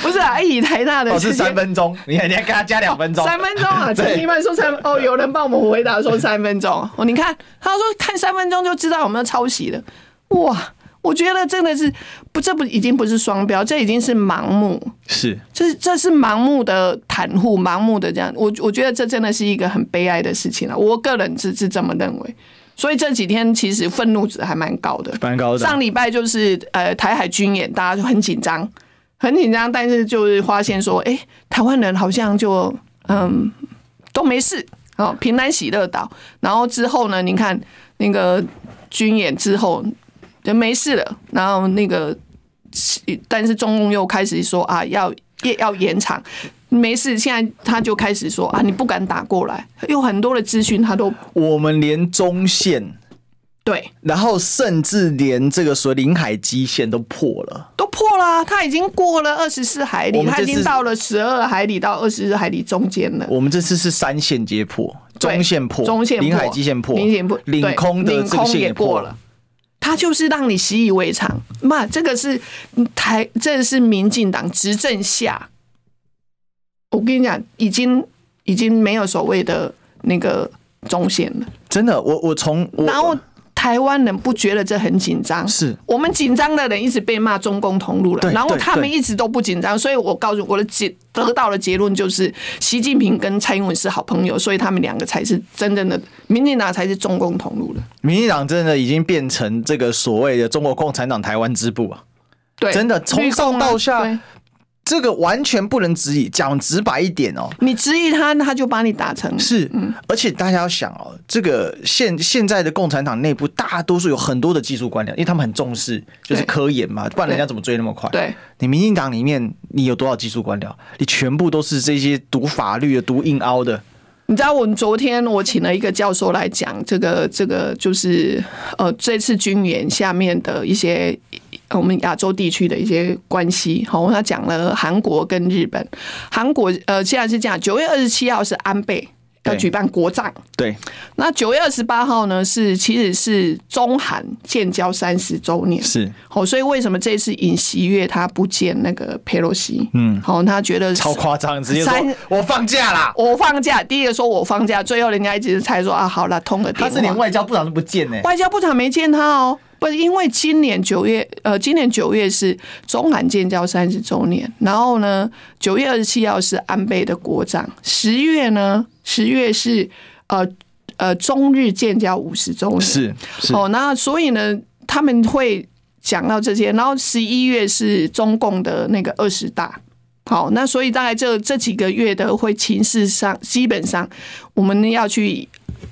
不是啊，以台大的
哦，是
直接
三分钟，你你要给他加两分钟，
三分钟啊！
对
陈一曼说三哦，有人帮我们回答说三分钟。哦，你看，他说看三分钟就知道有没有抄袭了。哇，我觉得真的是不，这不已经不是双标，这已经是盲目，
是
这这是盲目的袒护，盲目的这样。我我觉得这真的是一个很悲哀的事情了。我个人是是这么认为。所以这几天其实愤怒值还蛮高的，
蛮高的
上礼拜就是呃台海军演，大家就很紧张，很紧张，但是就是发现说，哎、台湾人好像就嗯都没事哦，平安喜乐岛。然后之后呢，你看那个军演之后人没事了，然后那个但是中共又开始说啊要也要延长。没事，现在他就开始说啊，你不敢打过来，有很多的资讯他都
我们连中线，
对
然后甚至连这个所谓领海基线都破了。
都破了啊，他已经过了二十四海
我
里，
们
他
这
已
次
经到了十二海里到二十四海里中间了。
我们这次是三线皆破，
对
中线破，
中线破
领海基线破，
领线破
领空的
对
这个线
领空也
破
过了。他就是让你习以为常，妈，这个是嗯台，这是民进党执政下，我跟你讲，已经已经没有所谓的那个中线了。
真的，我我从我
然后台湾人不觉得这很紧张，
是
我们紧张的人一直被骂中共同路
对
人，然后
对
他
对
们一直都不紧张，所以我告诉我的结得到的结论就是，习近平跟蔡英文是好朋友，所以他们两个才是真正的民进党才是中共同路人。
民进党真的已经变成这个所谓的中国共产党台湾支部啊，
对，
真的从上
绿共啊
到下
对
这个完全不能质疑。讲直白一点哦，
你质疑他，他就把你打成
是，而且大家要想哦，这个现现在的共产党内部大多数有很多的技术官僚，因为他们很重视就是
对
科研嘛，不然人家
对
怎么追那么快？
对，
你民进党里面你有多少技术官僚？你全部都是这些读法律的、读硬凹的，
你知道，我们昨天我请了一个教授来讲这个这个，就是呃，这次军演下面的一些呃我们亚洲地区的一些关系。好，他讲了韩国跟日本，韩国呃现在是这样，九月二十七号是安倍。要
对
举办国葬。
对，
那九月二十八号呢，是其实是中韩建交三十周年，
是
好、所以为什么这次尹锡悦他不见那个佩洛西？嗯，好、他觉得
超夸张，直接说
三
我放假啦。
我放假，第一个说我放假，最后人家一直猜说啊，好了，通个电
他
话。
是连外交部长都不见呢、
外交部长没见他哦，不是因为今年九月，呃，今年九月是中韩建交三十周年，然后呢，九月二十七号是安倍的国葬，十月呢，十月是呃呃中日建交五十周年，
是是
哦，那所以呢，他们会讲到这些，然后十一月是中共的那个二十大。好，那所以大概这这几个月的会情势上，基本上我们要去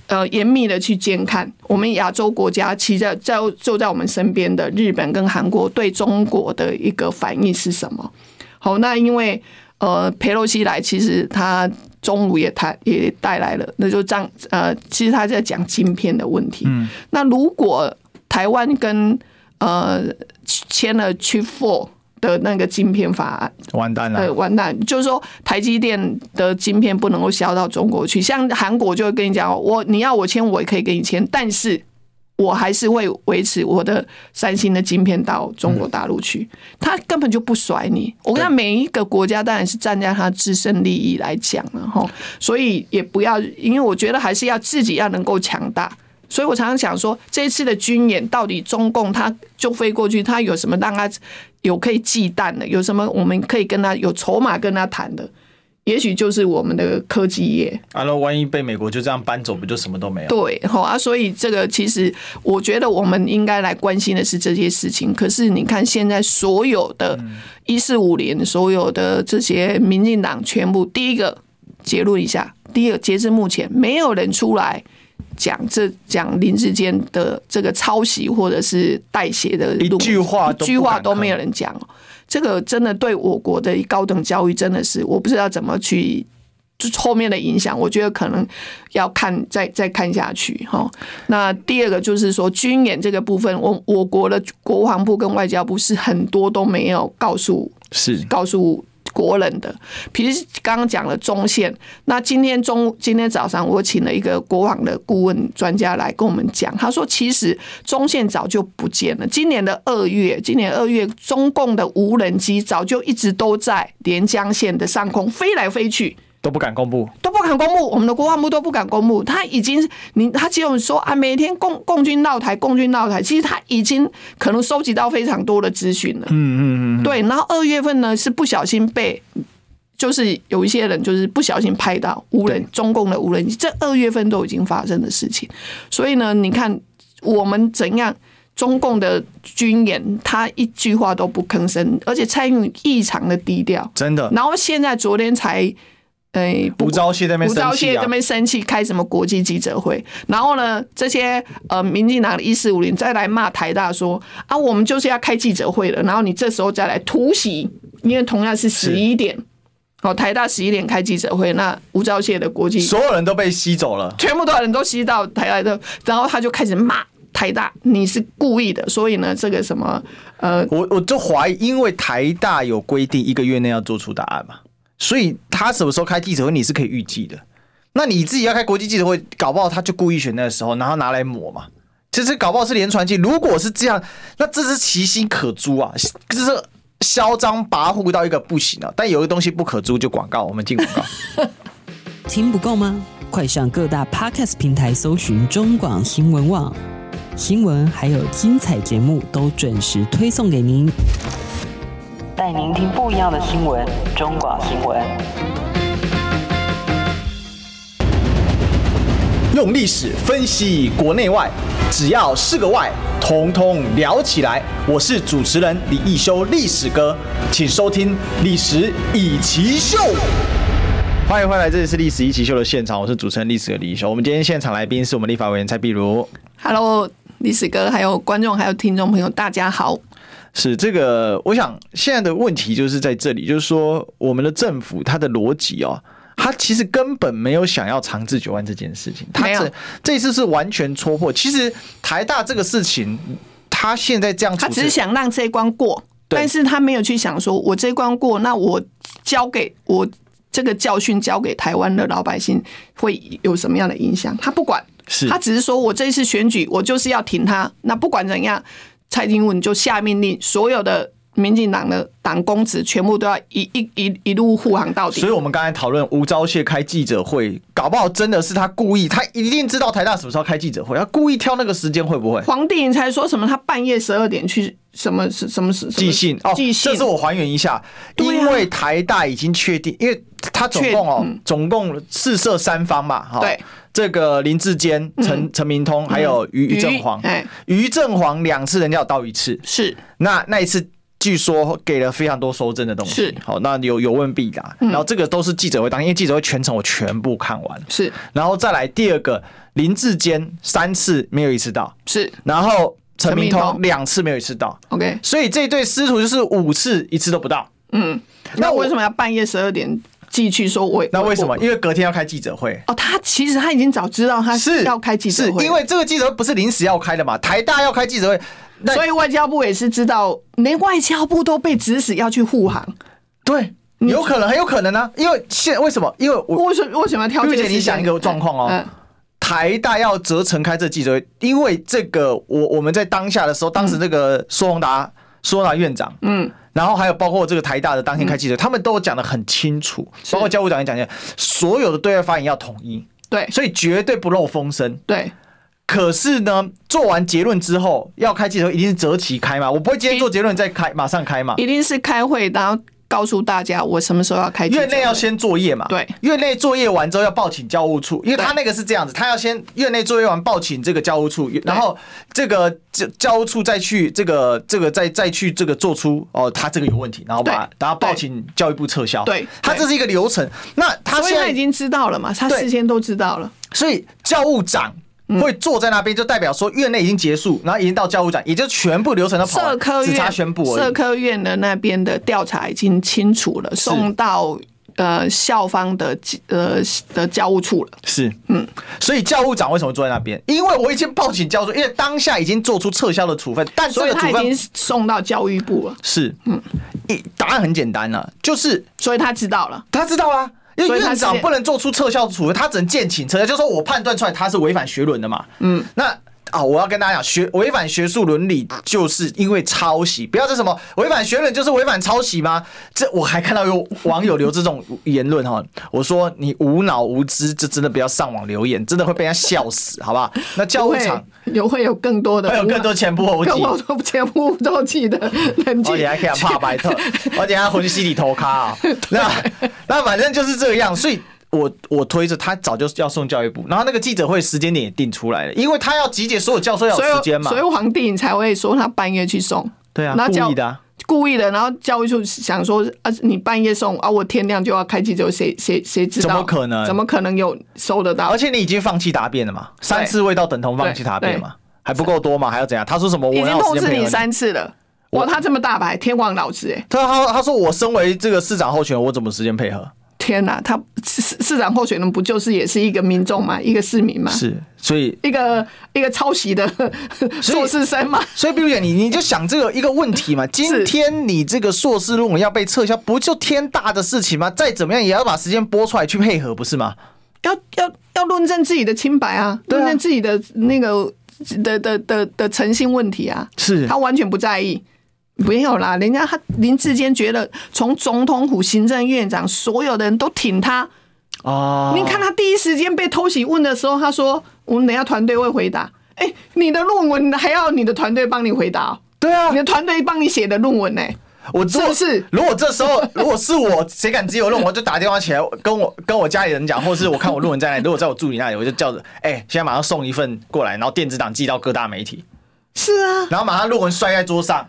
呃严密的去监看我们亚洲国家，其实在就在我们身边的日本跟韩国对中国的一个反应是什么？好，那因为呃佩洛西来，其实他中午也谈也带来了，那就这呃，其实他在讲晶片的问题。嗯，那如果台湾跟呃签了 Chip Four 的那个晶片法案，
完蛋
呃，
了，
完蛋，就是说台积电的晶片不能够销到中国去，像韩国就会跟你讲，我你要我签，我也可以给你签，但是我还是会维持我的三星的晶片到中国大陆去，他根本就不甩你。我跟你讲每一个国家当然是站在他自身利益来讲了哈，所以也不要，因为我觉得还是要自己要能够强大。所以我常常想说，这一次的军演到底中共他就飞过去，他有什么让他有可以忌惮的？有什么我们可以跟他有筹码跟他谈的？也许就是我们的科技业，
然后万一被美国就这样搬走，不就什么都没有？
对，好啊，所以这个其实我觉得我们应该来关心的是这些事情。可是你看，现在所有的“一四五零”，所有的这些民进党全部，第一个结论一下，第二，截至目前，没有人出来讲这讲林志坚的这个抄袭或者是代写的
一
论文
句话都
一句
不
话
敢
都没
吭
有人讲哦。这个真的对我国的高等教育真的是，我不知道怎么去就后面的影响，我觉得可能要看再再看下去哈。那第二个就是说军演这个部分，我我国的国防部跟外交部是很多都没有告诉
是
告诉国人的。比如刚刚讲了中线，那今天中今天早上我请了一个国网的顾问专家来跟我们讲，他说其实中线早就不见了。今年的二月，今年二月中共的无人机早就一直都在连江县的上空飞来飞去。
都不敢公布，
都不敢公布，我们的国防部都不敢公布。他已经，你他只有说啊，每天共共军闹台，共军闹台，其实他已经可能收集到非常多的资讯了。嗯嗯嗯，对。然后二月份呢，是不小心被。就是有一些人就是不小心拍到无人中共的无人机，这二月份都已经发生的事情，所以呢，你看我们怎样中共的军演，他一句话都不吭声，而且蔡英文异常的低调，
真的。
然后现在昨天才，诶、不
吴钊燮在那边
吴钊
生气
燮
啊
这，边生气，开什么国际记者会？然后呢，这些呃，民进党的一四五零再来骂台大说啊，我们就是要开记者会了，然后你这时候再来突袭，因为同样是十一点，哦，台大十一点开记者会，那吴钊燮的国际
所有人都被吸走了。
全部的人都吸到台大的，然后他就开始骂台大，你是故意的，所以呢，这个什么呃，
我我就怀疑，因为台大有规定一个月内要做出答案嘛，所以他什么时候开记者会你是可以预计的。那你自己要开国际记者会，搞不好他就故意选那个时候，然后拿来抹嘛。其实搞不好是连传记。如果是这样，那这是其心可诛啊，这是嚣张跋扈到一个不行啊。但有一个东西不可诛，就广告。我们进广告。
听不够吗？快上各大 podcast 平台搜寻中广新闻网，新闻还有精彩节目都准时推送给您。
带您听不一样的新闻，中广新闻。
用历史分析国内外，只要是个“外”，统统聊起来。我是主持人李一修，历史哥，请收听《历史以奇秀》。
欢迎回来，这里是《历史一起秀》的现场，我是主持人历史的李一修。我们今天现场来宾是我们立法委员蔡碧如。
Hello，历史哥，还有观众，还有听众朋友，大家好。
是这个，我想现在的问题就是在这里，就是说我们的政府它的逻辑哦，它其实根本没有想要长治久安这件事情，它
没有
这这一次是完全戳破。其实台大这个事情，他现在这样处
他
置，
只是想让这一关过，
对
但是他没有去想说，我这一关过，那我交给我这个教训交给台湾的老百姓会有什么样的影响，他不管，
是
他只是说我这一次选举我就是要挺他，那不管怎样，蔡英文就下命令，所有的民进党的党公职全部都要一一一一路护航到底。
所以，我们刚才讨论吴钊燮开记者会，搞不好真的是他故意，他一定知道台大什么时候开记者会，他故意挑那个时间，会不会？
黄帝颖才说什么？他半夜十二点去什么什什么什么
寄信哦，
寄信，
这是我还原一下，
对啊
因为台大已经确定，因为他总共哦，
嗯
总共四社三方嘛，哈，
对，嗯
这个林志坚、陈陈明通还有于
于
正煌
哎，
于正煌两次人家有到一次，
是
那那一次。据说给了非常多收证的东西
是，嗯
好，那有有问必答，然后这个都是记者会当，因为记者会全程我全部看完，
是
然后再来第二个林志坚三次没有一次到，
是
然后陈明
陈明
通
通
两次没有一次到，
，OK。
所以这对师徒就是五次一次都不到。那
那
我
我为什么要半夜十二点寄去说我？
那为什么？
我
因为隔天要开记者会，
哦，他其实他已经早知道他
是
要开记者会了，
是因为这个记者会不是临时要开的嘛？台大要开记者会，那
所以外交部也是知道，连外交部都被指使要去护航。
对，有可能，很有可能呢、因为现为什么？因为我
为什么为什么要挑
玉
这个
姐，
时间？
你想一个状况哦。
嗯
台大要责成开这记者会，因为这个我我们在当下的时候，当时这个苏宏达苏宏达院长，嗯，然后还有包括这个台大的当天开记者会，他们都讲得很清楚，包括教务长也讲清楚，所有的对外发言要统一，
对
所以绝对不漏风声。
对，
可是呢，做完结论之后要开记者会，一定是择期开嘛，我不会今天做结论再开，马上开嘛。
一定是开会，然后告诉大家我什么时候要开记者
院
会。
内要先作业嘛，
对
院内作业完之后要报请教务处，因为他
对
那个是这样子，他要先院内作业完报请这个教务处，然后这个教教务处再去这个这个再再去这个做出哦，他这个有问题，然后把
对
然后报
对
请教育部撤销，
对
他这是一个流程。那他
所以
现
他
在
已经知道了嘛，他
对
事先都知道了。
所以教务长。
嗯
会坐在那边，就代表说院内已经结束，然后已经到教务长，也就全部流程都跑
社
完，
科
只差
院
宣布而
社
已。
科院的那边的调查已经清楚了，送到呃校方的呃的教务处了。
是，嗯，所以教务长为什么坐在那边？因为我已经报警教务处，因为当下已经做出撤销的处分， 但这
所以
个
他
处
已经
分
送到教育部了，
是，嗯，一答案很简单了、就是
所以他知道了。
他知道啦、因
所
为
以他
院
是
长不能做出撤销处分，他只能见请撤销，就是说我判断出来他是违反学伦的嘛。嗯，那啊，我要跟大家讲，学违反学术伦理，就是因为抄袭，不要这什么违反学伦就是违反抄袭吗？这我还看到有网友留这种言论哈，我说你无脑无知，这真的不要上网留言，真的会被人家笑死，好不好？那教务
会
场
有会有更多的，
会有更多前仆后继
更多前仆后继的人
而哦且还可以怕白特，而且还魂西里头咖啊、那那反正就是这样，所以。我我推着他早就要送教育部，然后那个记者会时间点也定出来了，因为他要集结所有教授要
所
有
以
时间嘛
所。以皇帝你才会说他半夜去送。
对啊
然后教
故意的啊
故意的，然后教育处想说啊，你半夜送啊，我天亮就要开机，就谁谁谁知道？
怎么可能
怎么可能有收得到？
而且你已经放弃答辩了嘛，三次未到等同放弃答辩嘛，还不够多嘛，还要怎样？他说什么？我
已
哪
经
有
通
时间
知
配合
你三次了，哇，他这么大牌，天王老子哎、
啊他他他说我身为这个市长候选人，我怎么时间配
啊
合？
天哪，他市市市长候选人不就是也是一个民众嘛，一个市民嘛，
是，所以
一个一个抄袭的
所以
硕士生嘛，
所以，比如讲，你你就想这个一个问题嘛，今天你这个硕士论文要被撤销，不就天大的事情吗？再怎么样也要把时间拨出来去配合，不是吗？
要要要论证自己的清白啊，
对啊
论证自己的那个的的的的诚信问题啊，
是
他完全不在意。没有啦，人家他林志坚觉得从总统府、行政院长，所有的人都挺他。
啊
你看他第一时间被偷袭问的时候，他说：“我们等一下团队会回答。”哎，你的论文还要你的团队帮你回答哦、
对啊
你，的团队帮你写的论文呢、
我如果
是不是
如果这时候 如果是我，谁敢只有论文，我就打电话起来跟我跟我家里人讲，或是我看我论文在哪里，如果在我助理那里，我就叫着，哎、现在马上送一份过来，然后电子档寄到各大媒 体，
是啊，
然后马上论文摔在桌上。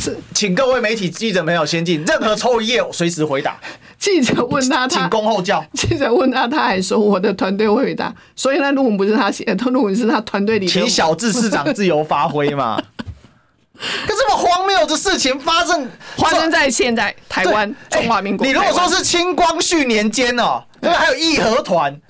是
请各位媒体记者朋友先进，任何抽一页我随时回 答，
记者问他，他
请恭候教。
记者问他，他还说我的团队会回答，所以那论文不是他写的，他论文是他团队 里的
请。小智市长自由发挥嘛。 可这么荒谬的事情 发生，
发生在现在台
对
湾
哎
中华民国。
你如果
台湾
说是清光绪年间哦，对不对，还有义和 团，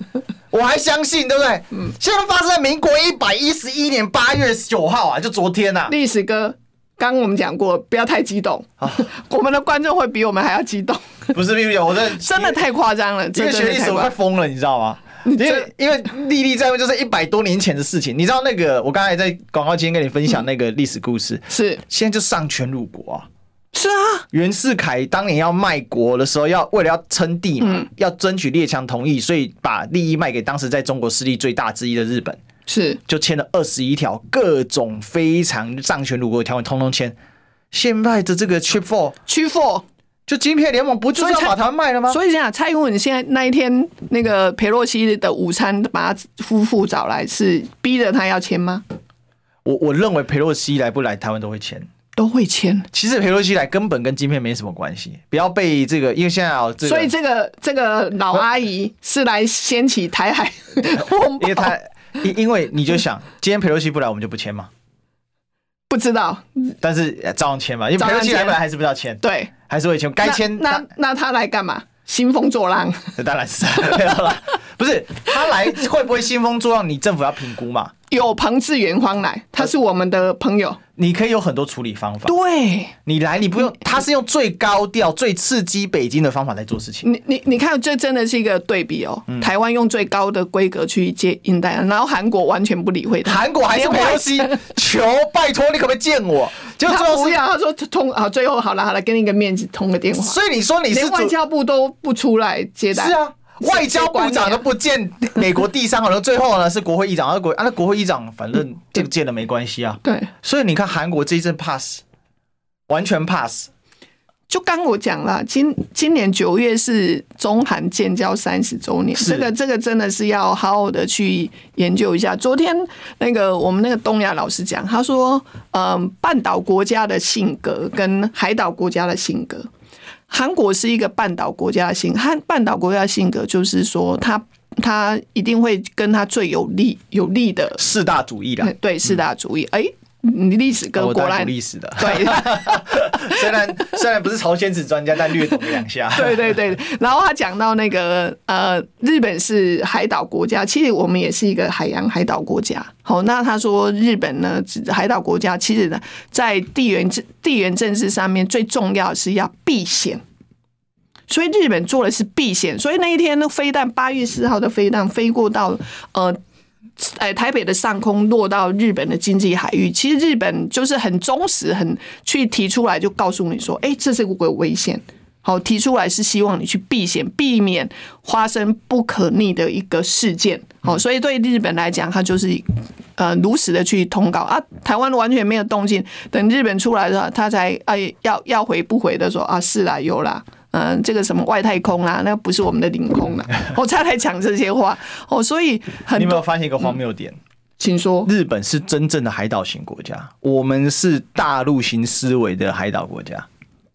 我还相信，对不对？嗯，现在发生在民国一百一十一年八月九号啊，就昨天呐、啊。
历史哥刚刚我们讲过，不要太激动，
啊
我们的观众会比我们还要激动，
不是并不是，我在
真的太夸张了，
因
真
为
的
学历
太
史我
夸
快
张。
疯了，你知道吗？因为因为历历在目，就是一百多年前的事情。你知道那个，我刚才在广告期间跟你分享那个历史故事，
是
现在就丧权辱国啊！
是啊，
袁世凯当年要卖国的时候，要为了要称帝嘛，要争取列强同意，所以把利益卖给当时在中国势力最大之一的日本，
是
就签了二十一条各种非常丧权辱国的条款，通通签。现在的这个 Chip Four，
屈服。
就晶片联盟不就是要
所以
把
才
它卖了吗？
所以讲蔡英文现在那一天那个佩洛西的午餐，把他夫妇找来，是逼着他要签吗？
我我认为佩洛西来不来，台湾都会签。
都会签，
其实佩洛西来根本跟晶片没什么关系，不要被这个，因为现在啊、这个，
所以这个这个老阿姨是来掀起 台海风
因为
暴
他。因因为你就想，今天佩洛西不来，我们就不签嘛。
不知道，
但是呃照样签嘛，因为
照
佩
样
洛西来
签
不来还是不要签，
对，
还是会签。该签
那
当
那那他来干嘛？兴风作浪，
当然是 没有啦，不是他来会不会兴风作浪，你政府要评估嘛。
有朋自远方来，他是我们的朋友，
你可以有很多处理方法。
对。
你来，你不用，他是用最高调、最刺激北京的方法来做事情。
你你你看，这真的是一个对比哦。
嗯
台湾用最高的规格去接印代安，然后韩国完全不理会他，
韩国还是
连
佩
外
洛西， 求拜托你可不可以见我？ 就最
他
后
不
是
要，他说通啊，最后好了好了，给你个面子，通个电话。
所以你说你是
连外
主
交部都不出来接待，
是啊，外交部长都
的
不见美国第三好像最后呢是国会议长，而国啊那国会议长反正这个见了没关系啊。
对，
所以你看韩国这一阵 pass，完全 pass，
就刚我讲了，今今年九月是中韩建交三十周年，
是
这个这个真的是要好好的去研究一下。昨天那个我们那个东亚老师讲，他说，嗯，半岛国家的性格跟海岛国家的性格，韩国是一个半岛国家的性，它半岛国家的性格就是说它，它一定会跟它最有利有利的
四大主义啦。
对四大主义。哎、你历史哥
哦我
果
当然
然
读历史的，
对。
虽然虽然不是朝鲜史专家，但略懂两
啊
下。
对对对，然后他讲到那个呃，日本是海岛国家，其实我们也是一个海洋海岛国家。好，那他说日本呢，指海岛国家其实呢，在地缘政地缘政治上面最重要的是要避险，所以日本做的是避险。所以那一天呢，飞弹八月四号的飞弹飞过到呃哎，台北的上空落到日本的经济海域，其实日本就是很忠实，很去提出来就告诉你说，哎、这是个危险。好，提出来是希望你去避险，避免发生不可逆的一个事件。
嗯
好，所以对日本来讲，它就是呃如实的去通告啊，台湾完全没有动静。等日本出来的话，他才哎要要回不回的说啊，是啦，有啦。嗯，这个什么外太空啦、那不是我们的领 空啦、我才来讲这些话哦，所以很
你有没
多
有发现一个荒谬点？
请说。
日本是真正的海岛型国家，我们是大陆型思维的海岛国家。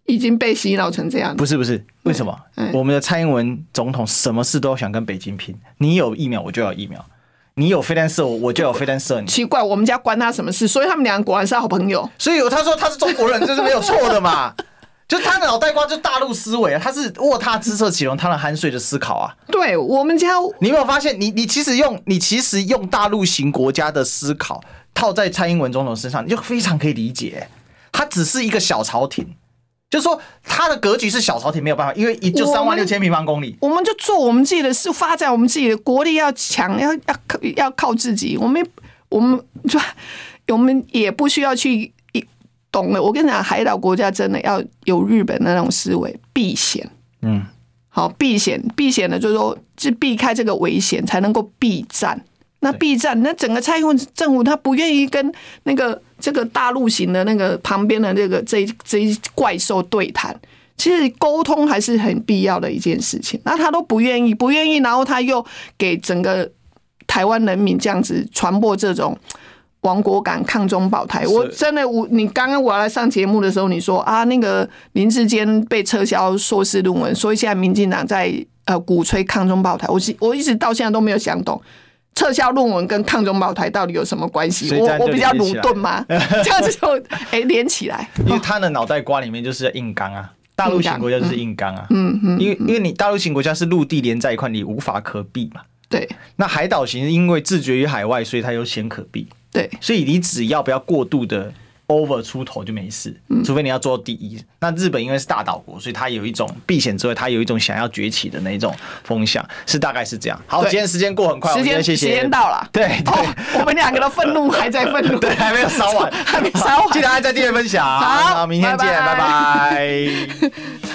已经被洗脑成这样，
不是不是，为什么？
嗯
我们的蔡英文总统什么事都想跟北京拼，你有疫苗我就有疫苗，你有飞弹射我我就有飞弹射你。
奇怪，我们家关他什么事？所以他们俩果然是好朋友。
所以他说他是中国人，这是没有错的嘛。 就他的脑袋瓜就大陆思维，啊他是卧榻之侧岂容他人酣睡的思考啊！
对我们家，
你有没有发现，你你其实用你其实用大陆型国家的思考套在蔡英文总统身上，你就非常可以理解，他只是一个小朝廷，就是说他的格局是小朝廷没有办法，因为也就
我
三万
们
六千平方公里。
我们就做我们自己的事，发展我们自己的国力要强，要要靠要靠自己。我们我们就我们也不需要去懂了。我跟你讲，海岛国家真的要有日本的那种思维，避险。
嗯，
好，避险，避险呢，就是说是避开这个危险，才能够避战。那避战，那整个蔡英文政府他不愿意跟那个这个大陆型的那个旁边的这个这一这一怪兽对谈，其实沟通还是很必要的一件事情。那他都不愿意，不愿意，然后他又给整个台湾人民这样子传播这种亡国感、抗中保台。我真的，我你刚刚我来上节目的时候，你说啊，那个林志坚被撤销硕士论文，所以现在民进党在呃鼓吹抗中保台。我是我一直到现在都没有想懂。撤销论文跟抗中保台到底有什么关系？
所以
我
这样就
我比较
连
鲁
起
啊
来
钝吗？这样子就哎、连起来，
因为他的脑袋瓜里面就是硬刚啊，大陆型国家就是硬刚啊，嗯嗯，因为因为你大陆型国家是陆地连在一块，你无法可避嘛。
对
那海岛型因为自绝于海外，所以它有险可避，
对，
所以你只要不要过度的
over 出头就没事，
嗯
除非你要做到第一。那日本因为是大岛国，所以它有一种避险之外，它有一种想要崛起的那种风向，是大概是这样。好，
对
今天时间过很快，我
时
们今天
间
谢
时
谢。
间到了，
对对
哦，我们两个的愤怒还在愤 怒，
对，还没有烧完，
还没烧完
记得按赞、订阅、分享。
好
明天见，
拜拜
拜拜